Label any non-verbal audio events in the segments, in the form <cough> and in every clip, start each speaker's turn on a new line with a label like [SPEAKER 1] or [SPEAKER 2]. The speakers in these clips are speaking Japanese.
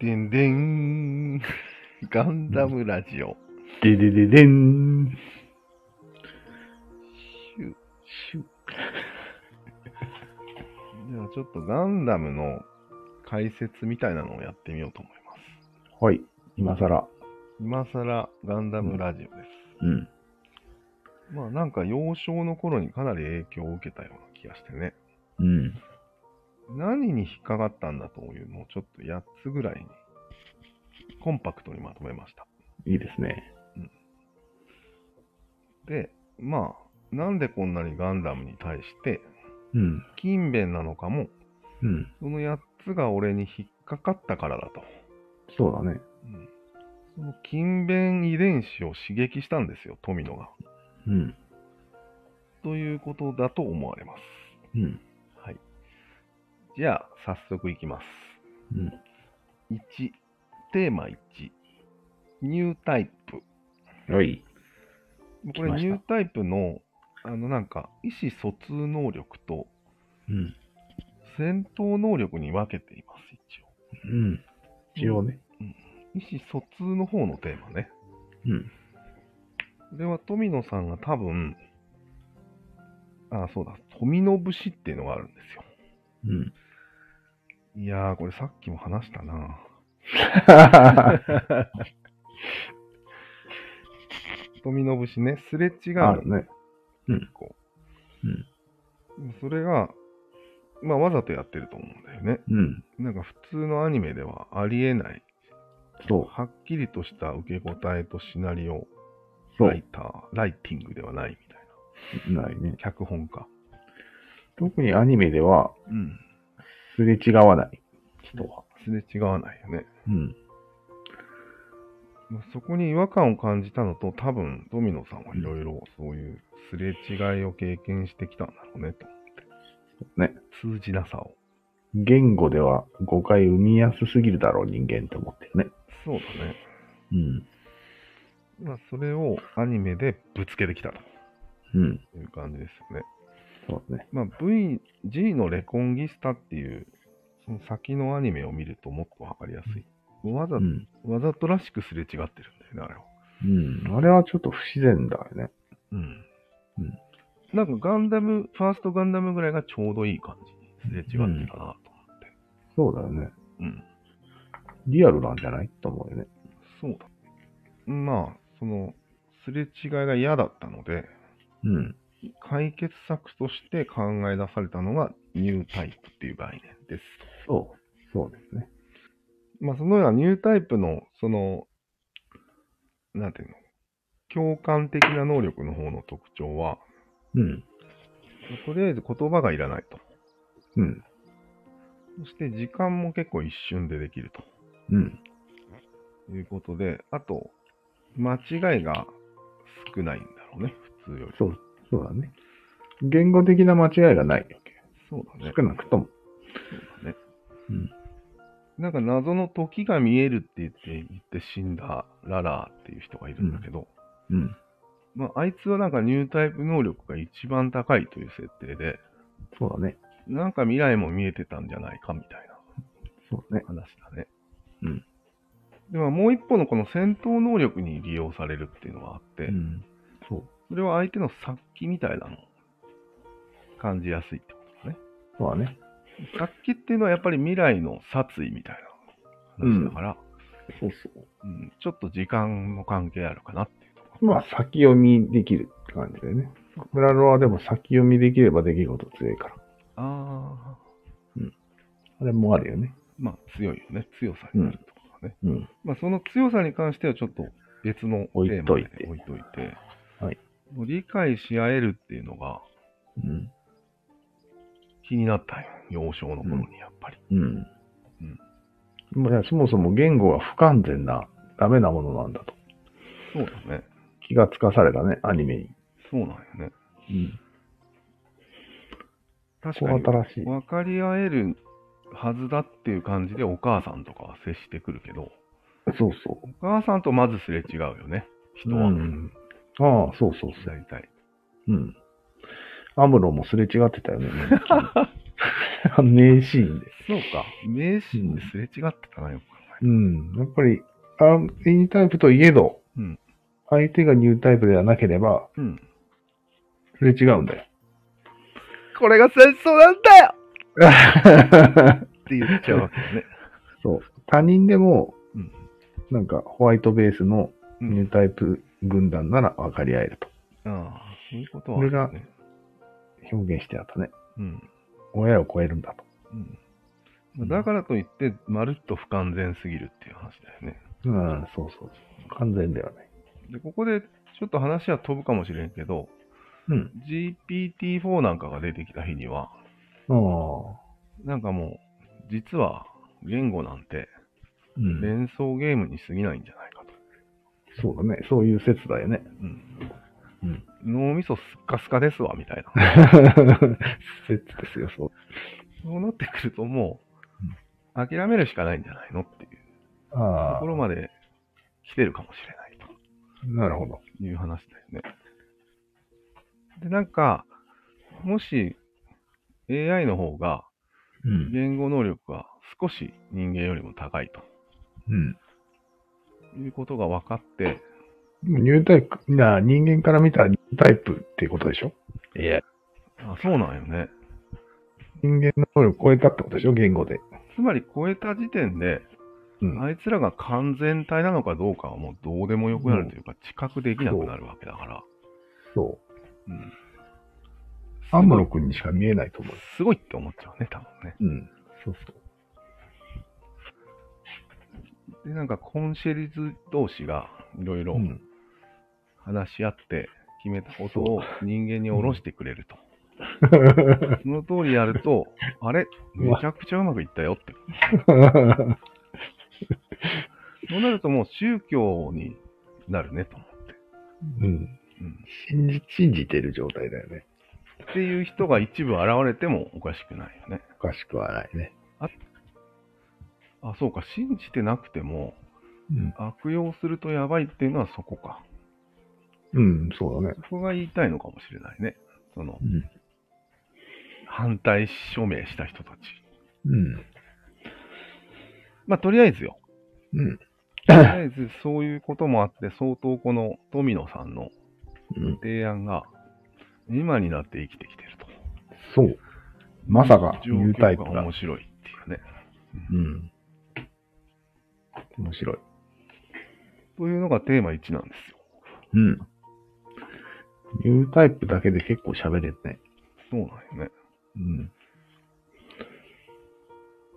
[SPEAKER 1] でんでん。ガンダムラジオ。
[SPEAKER 2] ででででん。
[SPEAKER 1] シュシュ。じゃあちょっとガンダムの解説みたいなのをやってみようと思います。
[SPEAKER 2] はい。今更。
[SPEAKER 1] 今更ガンダムラジオです。
[SPEAKER 2] うん。
[SPEAKER 1] まあなんか幼少の頃にかなり影響を受けたような気がしてね。
[SPEAKER 2] うん。
[SPEAKER 1] 何に引っかかったんだというのをちょっと8つぐらいにコンパクトにまとめました。
[SPEAKER 2] いいですね。
[SPEAKER 1] で、まあなんでこんなにガンダムに対して
[SPEAKER 2] うん。
[SPEAKER 1] 勤勉なのかも
[SPEAKER 2] うん。
[SPEAKER 1] その8つが俺に引っかかったからだと。
[SPEAKER 2] そうだね。
[SPEAKER 1] うん、その勤勉遺伝子を刺激したんですよ、富野が。
[SPEAKER 2] うん。
[SPEAKER 1] ということだと思われます。
[SPEAKER 2] うん。
[SPEAKER 1] はい。じゃあ、早速いきます。
[SPEAKER 2] うん。
[SPEAKER 1] 1、テーマ1、ニュータイプ。
[SPEAKER 2] はい。
[SPEAKER 1] これ、
[SPEAKER 2] 来まし
[SPEAKER 1] ニ
[SPEAKER 2] た
[SPEAKER 1] ュータイプの、あの、なんか、意思疎通能力と
[SPEAKER 2] うん。
[SPEAKER 1] 戦闘能力に分けています、一応。
[SPEAKER 2] うん。一応ね。
[SPEAKER 1] 意思疎通の方のテーマね。
[SPEAKER 2] うん。
[SPEAKER 1] これは富野さんが多分、あそうだ、富野節っていうのがあるんですよ。
[SPEAKER 2] うん。
[SPEAKER 1] いやー、これさっきも話したな。
[SPEAKER 2] あ
[SPEAKER 1] 富野節ね、すれ違う
[SPEAKER 2] るね。
[SPEAKER 1] の、結構。
[SPEAKER 2] うん
[SPEAKER 1] それが、まあ、わざとやってると思うんだよね。
[SPEAKER 2] うん。
[SPEAKER 1] なんか普通のアニメではありえない、
[SPEAKER 2] そう。
[SPEAKER 1] はっきりとした受け答えとシナリオ、
[SPEAKER 2] そう。
[SPEAKER 1] ライター、ライティングではないみたい
[SPEAKER 2] ないね
[SPEAKER 1] な。。脚本家。
[SPEAKER 2] 特にアニメでは、
[SPEAKER 1] うん。
[SPEAKER 2] すれ違わない人は。
[SPEAKER 1] すれ違わないよね。
[SPEAKER 2] うん。
[SPEAKER 1] そこに違和感を感じたのと、多分ドミノさんはいろいろそういうすれ違いを経験してきたんだろうねと。
[SPEAKER 2] ね。
[SPEAKER 1] 通じなさを。
[SPEAKER 2] 言語では誤解生みやすすぎるだろう、人間って思ってるね。
[SPEAKER 1] そうだね。
[SPEAKER 2] うん。
[SPEAKER 1] まあ、それをアニメでぶつけてきた
[SPEAKER 2] うん。
[SPEAKER 1] という感じですよね。
[SPEAKER 2] そうね。
[SPEAKER 1] まあ、VG のレコンギスタっていう、その先のアニメを見るともっとわかりやすい。わざ,、
[SPEAKER 2] うん。
[SPEAKER 1] わざとらしくすれ違ってるんだよね、あれは。
[SPEAKER 2] うん。あれはちょっと不自然だよね。
[SPEAKER 1] うん。
[SPEAKER 2] うん
[SPEAKER 1] なんかガンダム、ファーストガンダムぐらいがちょうどいい感じにすれ違ってたなと思って。
[SPEAKER 2] そうだよね。
[SPEAKER 1] うん
[SPEAKER 2] リアルなんじゃないと思うよね。
[SPEAKER 1] そうだ。まあ、その、すれ違いが嫌だったので、
[SPEAKER 2] うん。
[SPEAKER 1] 解決策として考え出されたのがニュータイプっていう概念です。
[SPEAKER 2] そう。そうですね。
[SPEAKER 1] まあ、そのようなニュータイプの、その、なんていうの、共感的な能力の方の特徴は、
[SPEAKER 2] うん。
[SPEAKER 1] とりあえず言葉がいらないと。
[SPEAKER 2] うん。
[SPEAKER 1] そして時間も結構一瞬でできる
[SPEAKER 2] うん。
[SPEAKER 1] ということで、あと、間違いが少ないんだろうね、普通より。
[SPEAKER 2] そう。そうだね。言語的な間違いがないわけ。
[SPEAKER 1] そうだね。
[SPEAKER 2] 少なくとも。
[SPEAKER 1] なんか謎の時が見えるって言って言って死んだララーっていう人がいるんだけど、
[SPEAKER 2] うん。
[SPEAKER 1] まあ、あいつはなんかニュータイプ能力が一番高いという設定で、
[SPEAKER 2] そうだね。
[SPEAKER 1] なんか未来も見えてたんじゃないかみたい
[SPEAKER 2] そうね
[SPEAKER 1] な。話だね。
[SPEAKER 2] うん。
[SPEAKER 1] でももう一方のこの戦闘能力に利用されるっていうのがあって、
[SPEAKER 2] うん。そう。
[SPEAKER 1] それは相手の殺気みたいなのを感じやすいってことだね。
[SPEAKER 2] そうだね。
[SPEAKER 1] 殺気っていうのはやっぱり未来の殺意みたいな話だから、
[SPEAKER 2] そうそ
[SPEAKER 1] うんちょっと時間も関係あるかなっていうところ。
[SPEAKER 2] まあ、先読みできるって感じだよね。村ロはでも先読みできればできるほど強いか
[SPEAKER 1] あ
[SPEAKER 2] ら。
[SPEAKER 1] あ、
[SPEAKER 2] あれもあるよね。
[SPEAKER 1] まあ強いよね。強さになるところがね。
[SPEAKER 2] うん。
[SPEAKER 1] まあその強さに関してはちょっと別のテーマ
[SPEAKER 2] 置い
[SPEAKER 1] で
[SPEAKER 2] といて
[SPEAKER 1] 置いといて、
[SPEAKER 2] はい
[SPEAKER 1] もう理解し合えるっていうのが
[SPEAKER 2] うん。
[SPEAKER 1] 気になったんよ。幼少の頃にやっぱり。
[SPEAKER 2] うん。
[SPEAKER 1] うん
[SPEAKER 2] まあ、そもそも言語が不完全な、ダメなものなんだと。
[SPEAKER 1] そうだね。
[SPEAKER 2] 気がつかされたね、アニメに。
[SPEAKER 1] そうなんよね。
[SPEAKER 2] うん。
[SPEAKER 1] 確
[SPEAKER 2] こ
[SPEAKER 1] かに
[SPEAKER 2] こ新しい。
[SPEAKER 1] 分かり合えるはずだっていう感じでお母さんとかは接してくるけど、
[SPEAKER 2] そうそ
[SPEAKER 1] お母さんとまずすれ違うよね。
[SPEAKER 2] う。
[SPEAKER 1] 人は。
[SPEAKER 2] うん。ああ、そうそうそう。
[SPEAKER 1] 大体。 <laughs>
[SPEAKER 2] うん。アムロもすれ違ってたよね。あの名シーンで。
[SPEAKER 1] そうか。名シーンですれ違ってたな、よく考え
[SPEAKER 2] うん。やっぱり、あニュータイプといえど、
[SPEAKER 1] うん
[SPEAKER 2] 相手がニュータイプではなければ、
[SPEAKER 1] たら。うん。
[SPEAKER 2] それ違う
[SPEAKER 1] <laughs>
[SPEAKER 2] んだよ。
[SPEAKER 1] これが戦争なんだよって言っちゃうわけだ <laughs> ね。
[SPEAKER 2] そう。他人でも、
[SPEAKER 1] うん
[SPEAKER 2] なんかホワイトベースの
[SPEAKER 1] う
[SPEAKER 2] ニュ
[SPEAKER 1] ん。
[SPEAKER 2] ータイプ軍団なら分かり合えると
[SPEAKER 1] ああ、そういうことはあるよね、
[SPEAKER 2] 表現してあったね。
[SPEAKER 1] うん。
[SPEAKER 2] 親を超えるんだと。
[SPEAKER 1] うんまあだからといって、まるっと不完全すぎるっていう話だよね。
[SPEAKER 2] うん、そうそうそう。完全ではない。
[SPEAKER 1] で、ここでちょっと話は飛ぶかもしれんけど、
[SPEAKER 2] うん。
[SPEAKER 1] GPT-4 なんかが出てきた日には、
[SPEAKER 2] ああ。
[SPEAKER 1] なんかもう、実は言語なんて
[SPEAKER 2] うん、
[SPEAKER 1] 連想ゲームに過ぎないんじゃないかと。
[SPEAKER 2] そうだね。そういう説だよ <laughs> ね。
[SPEAKER 1] うん。
[SPEAKER 2] うん。
[SPEAKER 1] 脳みそすっかすかですわ、みたいな。
[SPEAKER 2] <laughs> 説ですよ、そう。
[SPEAKER 1] そうなってくるともう、諦めるしかないんじゃないのっていうと
[SPEAKER 2] あ
[SPEAKER 1] ころまで来てるかもしれない
[SPEAKER 2] あ。なるほど。
[SPEAKER 1] という話だよね。で、なんか、もし AI の方が
[SPEAKER 2] うん。
[SPEAKER 1] 言語能力が少し人間よりも高い
[SPEAKER 2] うん。
[SPEAKER 1] ということが分かって、
[SPEAKER 2] でもニュータイプ、な人間から見たらニュータイプっていうことでしょいや。
[SPEAKER 1] あそうなんよね。
[SPEAKER 2] 人間の能力を超えたってことでしょ言語で。
[SPEAKER 1] つまり超えた時点で、
[SPEAKER 2] うん。
[SPEAKER 1] あいつらが完全体なのかどうかはもうどうでもよくなるというか、知覚できなくなるわけだから。
[SPEAKER 2] そう。
[SPEAKER 1] うん。
[SPEAKER 2] アムロ君にしか見えないと思う。
[SPEAKER 1] すごいって思っちゃうね、多分ね。
[SPEAKER 2] うん。そうそう。
[SPEAKER 1] で、なんかコンシェルジュ同士がいろいろ
[SPEAKER 2] うん。
[SPEAKER 1] 話し合って決めたことを人間に下ろしてくれると。 <laughs> その通りやると、あれめちゃくちゃうまくいったよって。そうなるともう宗教になるねと思って。
[SPEAKER 2] <laughs> うん。
[SPEAKER 1] うん。
[SPEAKER 2] 信じ、信じてる状態だよね。
[SPEAKER 1] っていう人が一部現れてもおかしくないよね。
[SPEAKER 2] おかしくはないね。
[SPEAKER 1] あ、そうか。信じてなくても
[SPEAKER 2] うん。
[SPEAKER 1] 悪用するとやばいっていうのはそこか。
[SPEAKER 2] うん、そうだね。
[SPEAKER 1] そこが言いたいのかもしれないね。その
[SPEAKER 2] うん。
[SPEAKER 1] 反対署名した人たち。
[SPEAKER 2] うん。
[SPEAKER 1] まあとりあえずよ。
[SPEAKER 2] <laughs> うん。
[SPEAKER 1] とりあえずそういうこともあって、相当この富野さんの
[SPEAKER 2] うん、
[SPEAKER 1] 提案が今になって生きてきてると。
[SPEAKER 2] そう。まさか、
[SPEAKER 1] 状
[SPEAKER 2] ニュータイ
[SPEAKER 1] 況
[SPEAKER 2] プ
[SPEAKER 1] が
[SPEAKER 2] だ。
[SPEAKER 1] 面白いっていうね。
[SPEAKER 2] うん。面白い。
[SPEAKER 1] というのがテーマ1なんですよ。
[SPEAKER 2] うん。ニュータイプだけで結構喋れるね。
[SPEAKER 1] そうなんよね。
[SPEAKER 2] うん。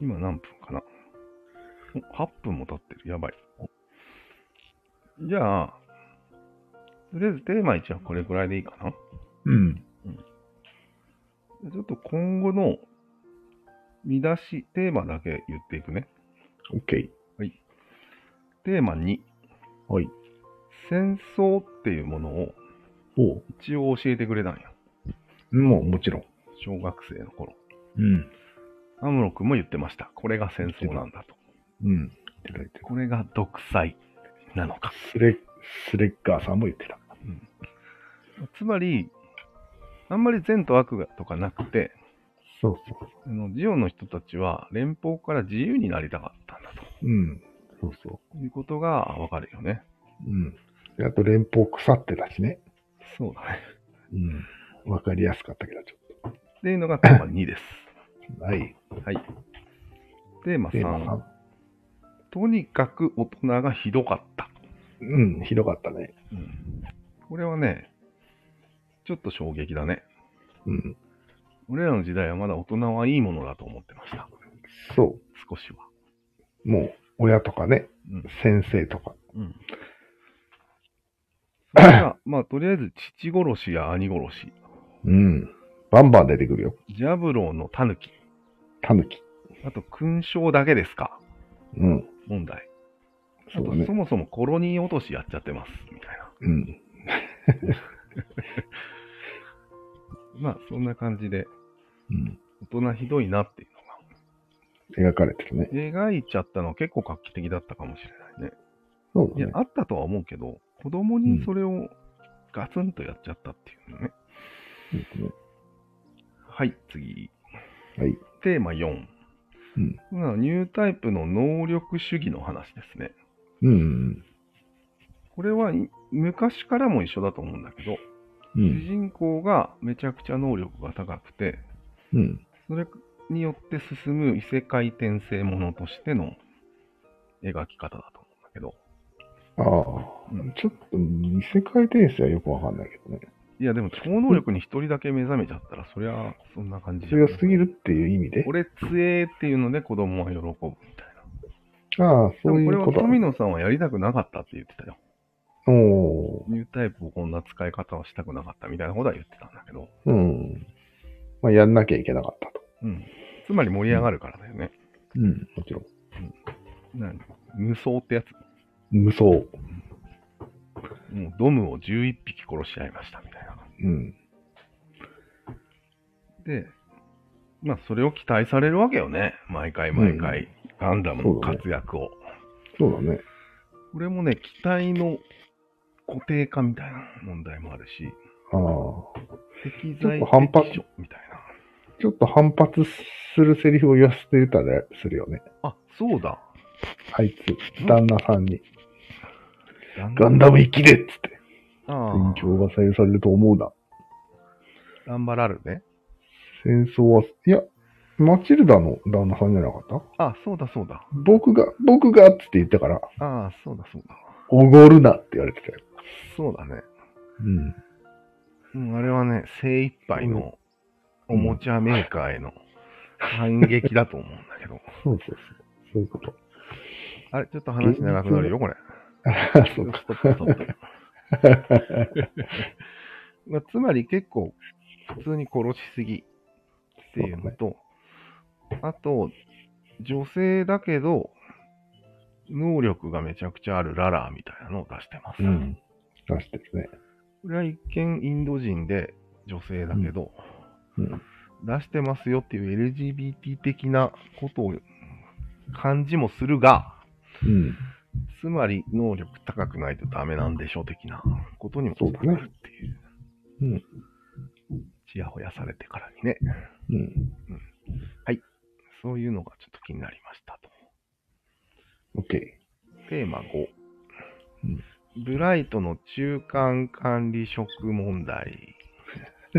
[SPEAKER 1] 今何分かなお ?8 分も経ってる。やばい。じゃあ、とりあえずテーマ1はこれくらいでいいかな
[SPEAKER 2] うん。
[SPEAKER 1] ちょっと今後の見出し、テーマだけ言っていくね。
[SPEAKER 2] オッケ
[SPEAKER 1] テーマ2、
[SPEAKER 2] ー。はい。
[SPEAKER 1] 戦争っていうものを
[SPEAKER 2] おう
[SPEAKER 1] 一応教えてくれたんよ。
[SPEAKER 2] もうもちろん。
[SPEAKER 1] 小学生の頃。
[SPEAKER 2] うん。
[SPEAKER 1] アムロ君も言ってました。これが戦争なんだと。
[SPEAKER 2] うん。いただいてる
[SPEAKER 1] これが独裁なのか。
[SPEAKER 2] スレ、スレッガーさんも言ってた。
[SPEAKER 1] つまり、あんまり善と悪がとかなくて、
[SPEAKER 2] そうそ
[SPEAKER 1] あ
[SPEAKER 2] う
[SPEAKER 1] のジオンの人たちは連邦から自由になりたかったんだ
[SPEAKER 2] そう。うん。そうそ
[SPEAKER 1] ということがわかるよね。
[SPEAKER 2] う。うん。であと連邦腐ってたしね。
[SPEAKER 1] そうだね。
[SPEAKER 2] うん。わかりやすかったけど、ちょ
[SPEAKER 1] っていうのがテーマ2です。
[SPEAKER 2] っと。はい。
[SPEAKER 1] はい。テーマ
[SPEAKER 2] テーマ
[SPEAKER 1] 3、とにかく大人がひどかった。
[SPEAKER 2] 3。うん。ひどかったね。
[SPEAKER 1] うんこれはね、ちょっと衝撃だね。
[SPEAKER 2] うん。
[SPEAKER 1] 俺らの時代はまだ大人はいいものだと思ってました。
[SPEAKER 2] そ
[SPEAKER 1] 少しは。
[SPEAKER 2] う。もう、親とかね、
[SPEAKER 1] うん。
[SPEAKER 2] 先生とか。
[SPEAKER 1] うん。それが、まあ、とりあえず、父殺しや兄殺し、
[SPEAKER 2] うん。バンバン出てくるよ。
[SPEAKER 1] ジャブローの狸
[SPEAKER 2] タヌキ。
[SPEAKER 1] あと、勲章だけですか
[SPEAKER 2] うん。
[SPEAKER 1] 問題。あ
[SPEAKER 2] そう
[SPEAKER 1] と、
[SPEAKER 2] だね
[SPEAKER 1] そ。もそもコロニー落としやっちゃってます、みたいな。
[SPEAKER 2] うん。
[SPEAKER 1] まあ、そんな感じで、
[SPEAKER 2] うん。
[SPEAKER 1] 大人ひどいなっていう
[SPEAKER 2] 描かれてるね。
[SPEAKER 1] のが、描いちゃったのは結構画期的だったかもしれないね。
[SPEAKER 2] そう
[SPEAKER 1] い
[SPEAKER 2] だ
[SPEAKER 1] や
[SPEAKER 2] ね、。
[SPEAKER 1] あったとは思うけど、子供にそれをガツンとやっちゃったっていうのね。
[SPEAKER 2] そうだね
[SPEAKER 1] はい、次。
[SPEAKER 2] はい。
[SPEAKER 1] テーマ4。
[SPEAKER 2] うん
[SPEAKER 1] まあニュータイプの能力主義の話ですね。
[SPEAKER 2] うん。
[SPEAKER 1] これはい昔からも一緒だと思うんだけど、
[SPEAKER 2] う
[SPEAKER 1] 主
[SPEAKER 2] ん。
[SPEAKER 1] 人公がめちゃくちゃ能力が高くて、
[SPEAKER 2] うん。
[SPEAKER 1] それによって進む異世界転生ものとしての描き方だと思うんだけど、
[SPEAKER 2] ああ。ちょっと、異世界転生はよくわかんないけどね。
[SPEAKER 1] いやでも超能力に一人だけ目覚めちゃったら、そりゃそんな感じじゃん
[SPEAKER 2] 強すぎるっていう意味で。
[SPEAKER 1] <laughs> 俺強えっていうので子供は喜ぶみたいな。
[SPEAKER 2] ああ、
[SPEAKER 1] で
[SPEAKER 2] そう
[SPEAKER 1] も
[SPEAKER 2] い
[SPEAKER 1] これ
[SPEAKER 2] う
[SPEAKER 1] は
[SPEAKER 2] こと。
[SPEAKER 1] 富野さんはやりたくなかったって言ってたよ。
[SPEAKER 2] おお
[SPEAKER 1] ニュータイプをこんな使い方をしたくなかったみたいなことは言ってたんだけど、
[SPEAKER 2] ー。うん。まあ、やんなきゃいけなかったと。
[SPEAKER 1] うん。つまり盛り上がるからだよね。
[SPEAKER 2] うん。もちろん。
[SPEAKER 1] なん無双ってやつ。
[SPEAKER 2] 無双。
[SPEAKER 1] もうドムを11匹殺し合いましたみたいな。
[SPEAKER 2] うん。
[SPEAKER 1] で、まあそれを期待されるわけよね。毎回毎回、ガンダムの活躍を。
[SPEAKER 2] そうだね。
[SPEAKER 1] これもね、期待の固定化みたいな問題もあるし、
[SPEAKER 2] ああ。
[SPEAKER 1] 適
[SPEAKER 2] ちょっ
[SPEAKER 1] 材
[SPEAKER 2] と反発
[SPEAKER 1] 適所みたいな。
[SPEAKER 2] ちょっと反発するセリフを言わせてたりするよね。
[SPEAKER 1] あ、そうだ。
[SPEAKER 2] あいつ、旦那さんに。ガン
[SPEAKER 1] ダ
[SPEAKER 2] ダム生きれっつって。
[SPEAKER 1] あ
[SPEAKER 2] 勉
[SPEAKER 1] あ
[SPEAKER 2] 強が左右されると思うな。
[SPEAKER 1] 頑張らるね。
[SPEAKER 2] 戦争は、いや、マチルダの旦那さんじゃなかった
[SPEAKER 1] あ、そうだそうだ。
[SPEAKER 2] 僕が、僕がっつって言ったから、
[SPEAKER 1] ああ、そうだそうだ。
[SPEAKER 2] おごるなって言われてたよ。
[SPEAKER 1] そうだね。
[SPEAKER 2] うん。
[SPEAKER 1] うん、あれはね、精一杯のおもちゃメーカーへの反撃だと思うんだけど。 <laughs>
[SPEAKER 2] そうそうそう。そういうこと。
[SPEAKER 1] あれ、ちょっと話長くなるよ、これ。
[SPEAKER 2] あそうか
[SPEAKER 1] ス。トップストップまあ、 <laughs> つまり結構、普通に殺しすぎっていうのと、あと、女性だけど、能力がめちゃくちゃあるララーみたいなのを出してます。
[SPEAKER 2] うん。出してるね。
[SPEAKER 1] これは一見インド人で女性だけど、
[SPEAKER 2] うん。
[SPEAKER 1] 出してますよっていう LGBT 的なことを感じもするが、
[SPEAKER 2] うん。
[SPEAKER 1] つまり能力高くないとダメなんでしょ的なことにも
[SPEAKER 2] そうだ
[SPEAKER 1] つ
[SPEAKER 2] ね
[SPEAKER 1] ながるっていう。
[SPEAKER 2] うん
[SPEAKER 1] ちやほやされてからにね、
[SPEAKER 2] うん。
[SPEAKER 1] そういうのがちょっと気になりましたと。
[SPEAKER 2] オッケ
[SPEAKER 1] テーマ5。
[SPEAKER 2] うん
[SPEAKER 1] ブライトの中間管理職問
[SPEAKER 2] <laughs>
[SPEAKER 1] 題。こ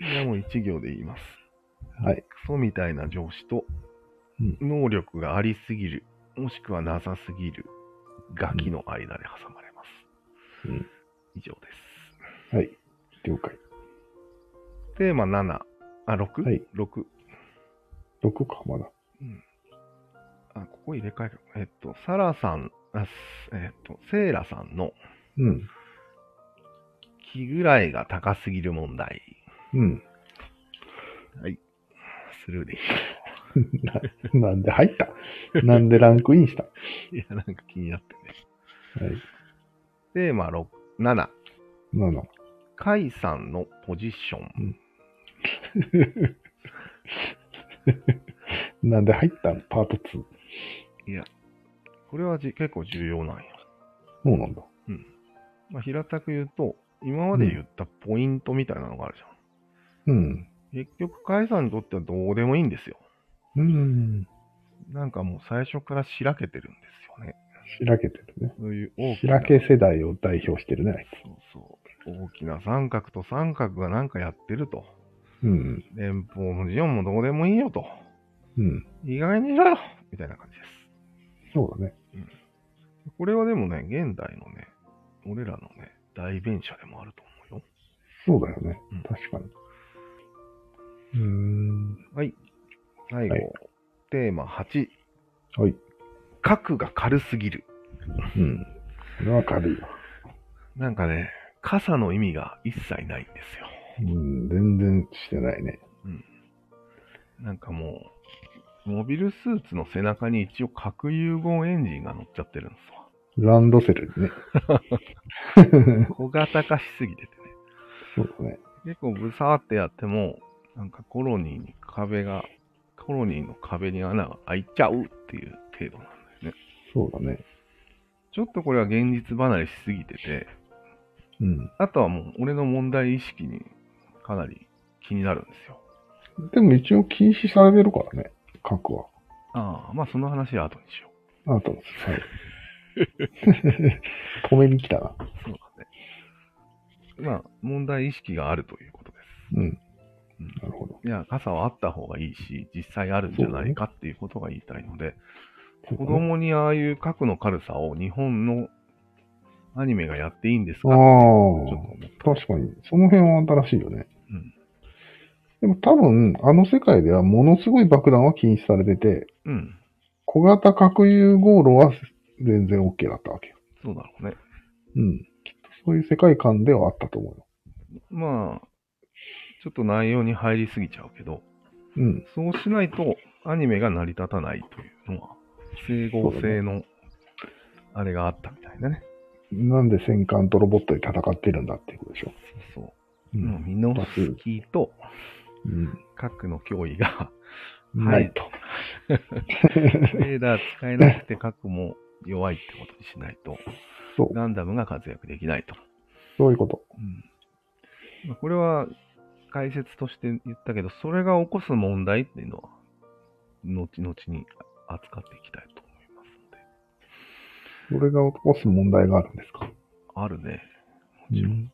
[SPEAKER 1] れはもう一行で言います。
[SPEAKER 2] ー。はい。
[SPEAKER 1] クソみたいな上司と、
[SPEAKER 2] うん
[SPEAKER 1] 能力がありすぎる、もしくはなさすぎる、ガキの間で挟まれます。
[SPEAKER 2] うん
[SPEAKER 1] 以上で
[SPEAKER 2] はい。了解。
[SPEAKER 1] す。テーマ7、あ、6?6、
[SPEAKER 2] はい
[SPEAKER 1] 6
[SPEAKER 2] どこか、まだ。
[SPEAKER 1] あ、ここ入れ替える。えっと、サラさん、あすえっと、セイラさんの
[SPEAKER 2] うん。
[SPEAKER 1] 気ぐらいが高すぎる問題。
[SPEAKER 2] うん。
[SPEAKER 1] スルーでい。
[SPEAKER 2] ななんで入ったなんでランクインしたはい
[SPEAKER 1] いや、なんか気になってね。
[SPEAKER 2] い。
[SPEAKER 1] テーマ6、7、
[SPEAKER 2] なの。
[SPEAKER 1] カイさんのポジション。
[SPEAKER 2] なんで入ったのパート2。
[SPEAKER 1] これはじ結構重要なんよ。
[SPEAKER 2] そうなんだ。
[SPEAKER 1] まあ、平たく言うと、今まで言ったポイントみたいなのがあるじゃん。
[SPEAKER 2] うん。
[SPEAKER 1] 結局、カイさんにとってはどうでもいいんですよ。
[SPEAKER 2] うん。
[SPEAKER 1] なんかもう最初からしらけてるんですよね。
[SPEAKER 2] しらけてるね。
[SPEAKER 1] そういう大
[SPEAKER 2] し
[SPEAKER 1] きな
[SPEAKER 2] ら。け世代を代表してるね、あい
[SPEAKER 1] そうそう。大きな三角と三角がなんかやってると。
[SPEAKER 2] つ。うん。
[SPEAKER 1] 連邦もジオンもどうでもいいよと。
[SPEAKER 2] うん。
[SPEAKER 1] 意外にしろよみたいな感じで
[SPEAKER 2] そうだね。
[SPEAKER 1] す。これはでもね、現代のね、俺らのね、代弁者でもあると思うよ。
[SPEAKER 2] そうだよね
[SPEAKER 1] うん。
[SPEAKER 2] 確かに。うーん。
[SPEAKER 1] はい。最後、
[SPEAKER 2] はい
[SPEAKER 1] テーマ8。
[SPEAKER 2] はい。
[SPEAKER 1] 核が軽すぎる。
[SPEAKER 2] うん。これは軽いわ。
[SPEAKER 1] なんかね、傘の意味が一切ないんですよ。
[SPEAKER 2] うん。全然してないね。
[SPEAKER 1] なんかもう、モビルスーツの背中に一応核融合エンジンが乗っちゃってるんですわ。
[SPEAKER 2] ランドセル
[SPEAKER 1] <laughs>
[SPEAKER 2] にね。
[SPEAKER 1] 小型化しすぎててね。
[SPEAKER 2] そうだね。
[SPEAKER 1] 結構ブサーってやっても、なんかコロニーに壁が、コロニーの壁に穴が開いちゃうっていう程度なんだよね。
[SPEAKER 2] そうだね。
[SPEAKER 1] ちょっとこれは現実離れしすぎてて、
[SPEAKER 2] うん。
[SPEAKER 1] あとはもう俺の問題意識にかなり気になるんですよ。
[SPEAKER 2] でも一応禁止されてるからね、核は。
[SPEAKER 1] ああ、まあその話は後にしよ <laughs>
[SPEAKER 2] あと、はい。止めに来たな。
[SPEAKER 1] う。そうだね。まあ、問題意識があるということで
[SPEAKER 2] うん。
[SPEAKER 1] うん
[SPEAKER 2] なるほど。
[SPEAKER 1] す。いや、傘はあった方がいいし、実際あるんじゃないかっていうことが言いたいので、子供にああいう核の軽さを日本のアニメがやっていいんですか
[SPEAKER 2] ああ
[SPEAKER 1] ちょっと思った
[SPEAKER 2] 確かに。その辺は新しいよね。
[SPEAKER 1] うん。
[SPEAKER 2] でも多分、あの世界ではものすごい爆弾は禁止されてて、
[SPEAKER 1] うん。
[SPEAKER 2] 小型核融合炉は全然 OK だったわけよ。
[SPEAKER 1] そうだろうね。
[SPEAKER 2] うん。きっとそういう世界観ではあったと思うよ。
[SPEAKER 1] まあ、ちょっと内容に入りすぎちゃうけど、
[SPEAKER 2] うん。
[SPEAKER 1] そうしないとアニメが成り立たないというのは、整合性のあれがあったみたいだね。
[SPEAKER 2] なんで戦艦とロボットで戦ってるんだっていうことでしょ。
[SPEAKER 1] そうそうう。もう。ミノフスキーと
[SPEAKER 2] うん。
[SPEAKER 1] 核の脅威が、
[SPEAKER 2] ないと。
[SPEAKER 1] レーダー使えなくて核も弱いってことにしないと、
[SPEAKER 2] そう。
[SPEAKER 1] ガンダムが活躍できないと。
[SPEAKER 2] そういうこと。
[SPEAKER 1] うんまあこれは解説として言ったけど、それが起こす問題っていうのは、後々に扱っていきたいと思いますので。
[SPEAKER 2] それが起こす問題があるんですか。
[SPEAKER 1] あるね。
[SPEAKER 2] う
[SPEAKER 1] もちろん。
[SPEAKER 2] ん。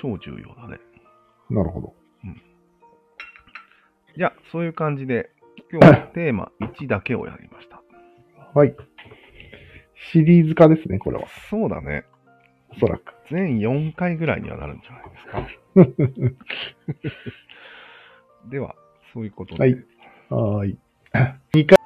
[SPEAKER 1] 超重要だね。
[SPEAKER 2] なるほど。
[SPEAKER 1] じゃあ、そういう感じで、今日はテー <laughs> マ1だけをやりました。
[SPEAKER 2] はい。シリーズ化ですね、これは。
[SPEAKER 1] そうだね。
[SPEAKER 2] おそらく。
[SPEAKER 1] 全4回ぐらいにはなるんじゃないですか。 <laughs> では、そういうことで。
[SPEAKER 2] はいはーい。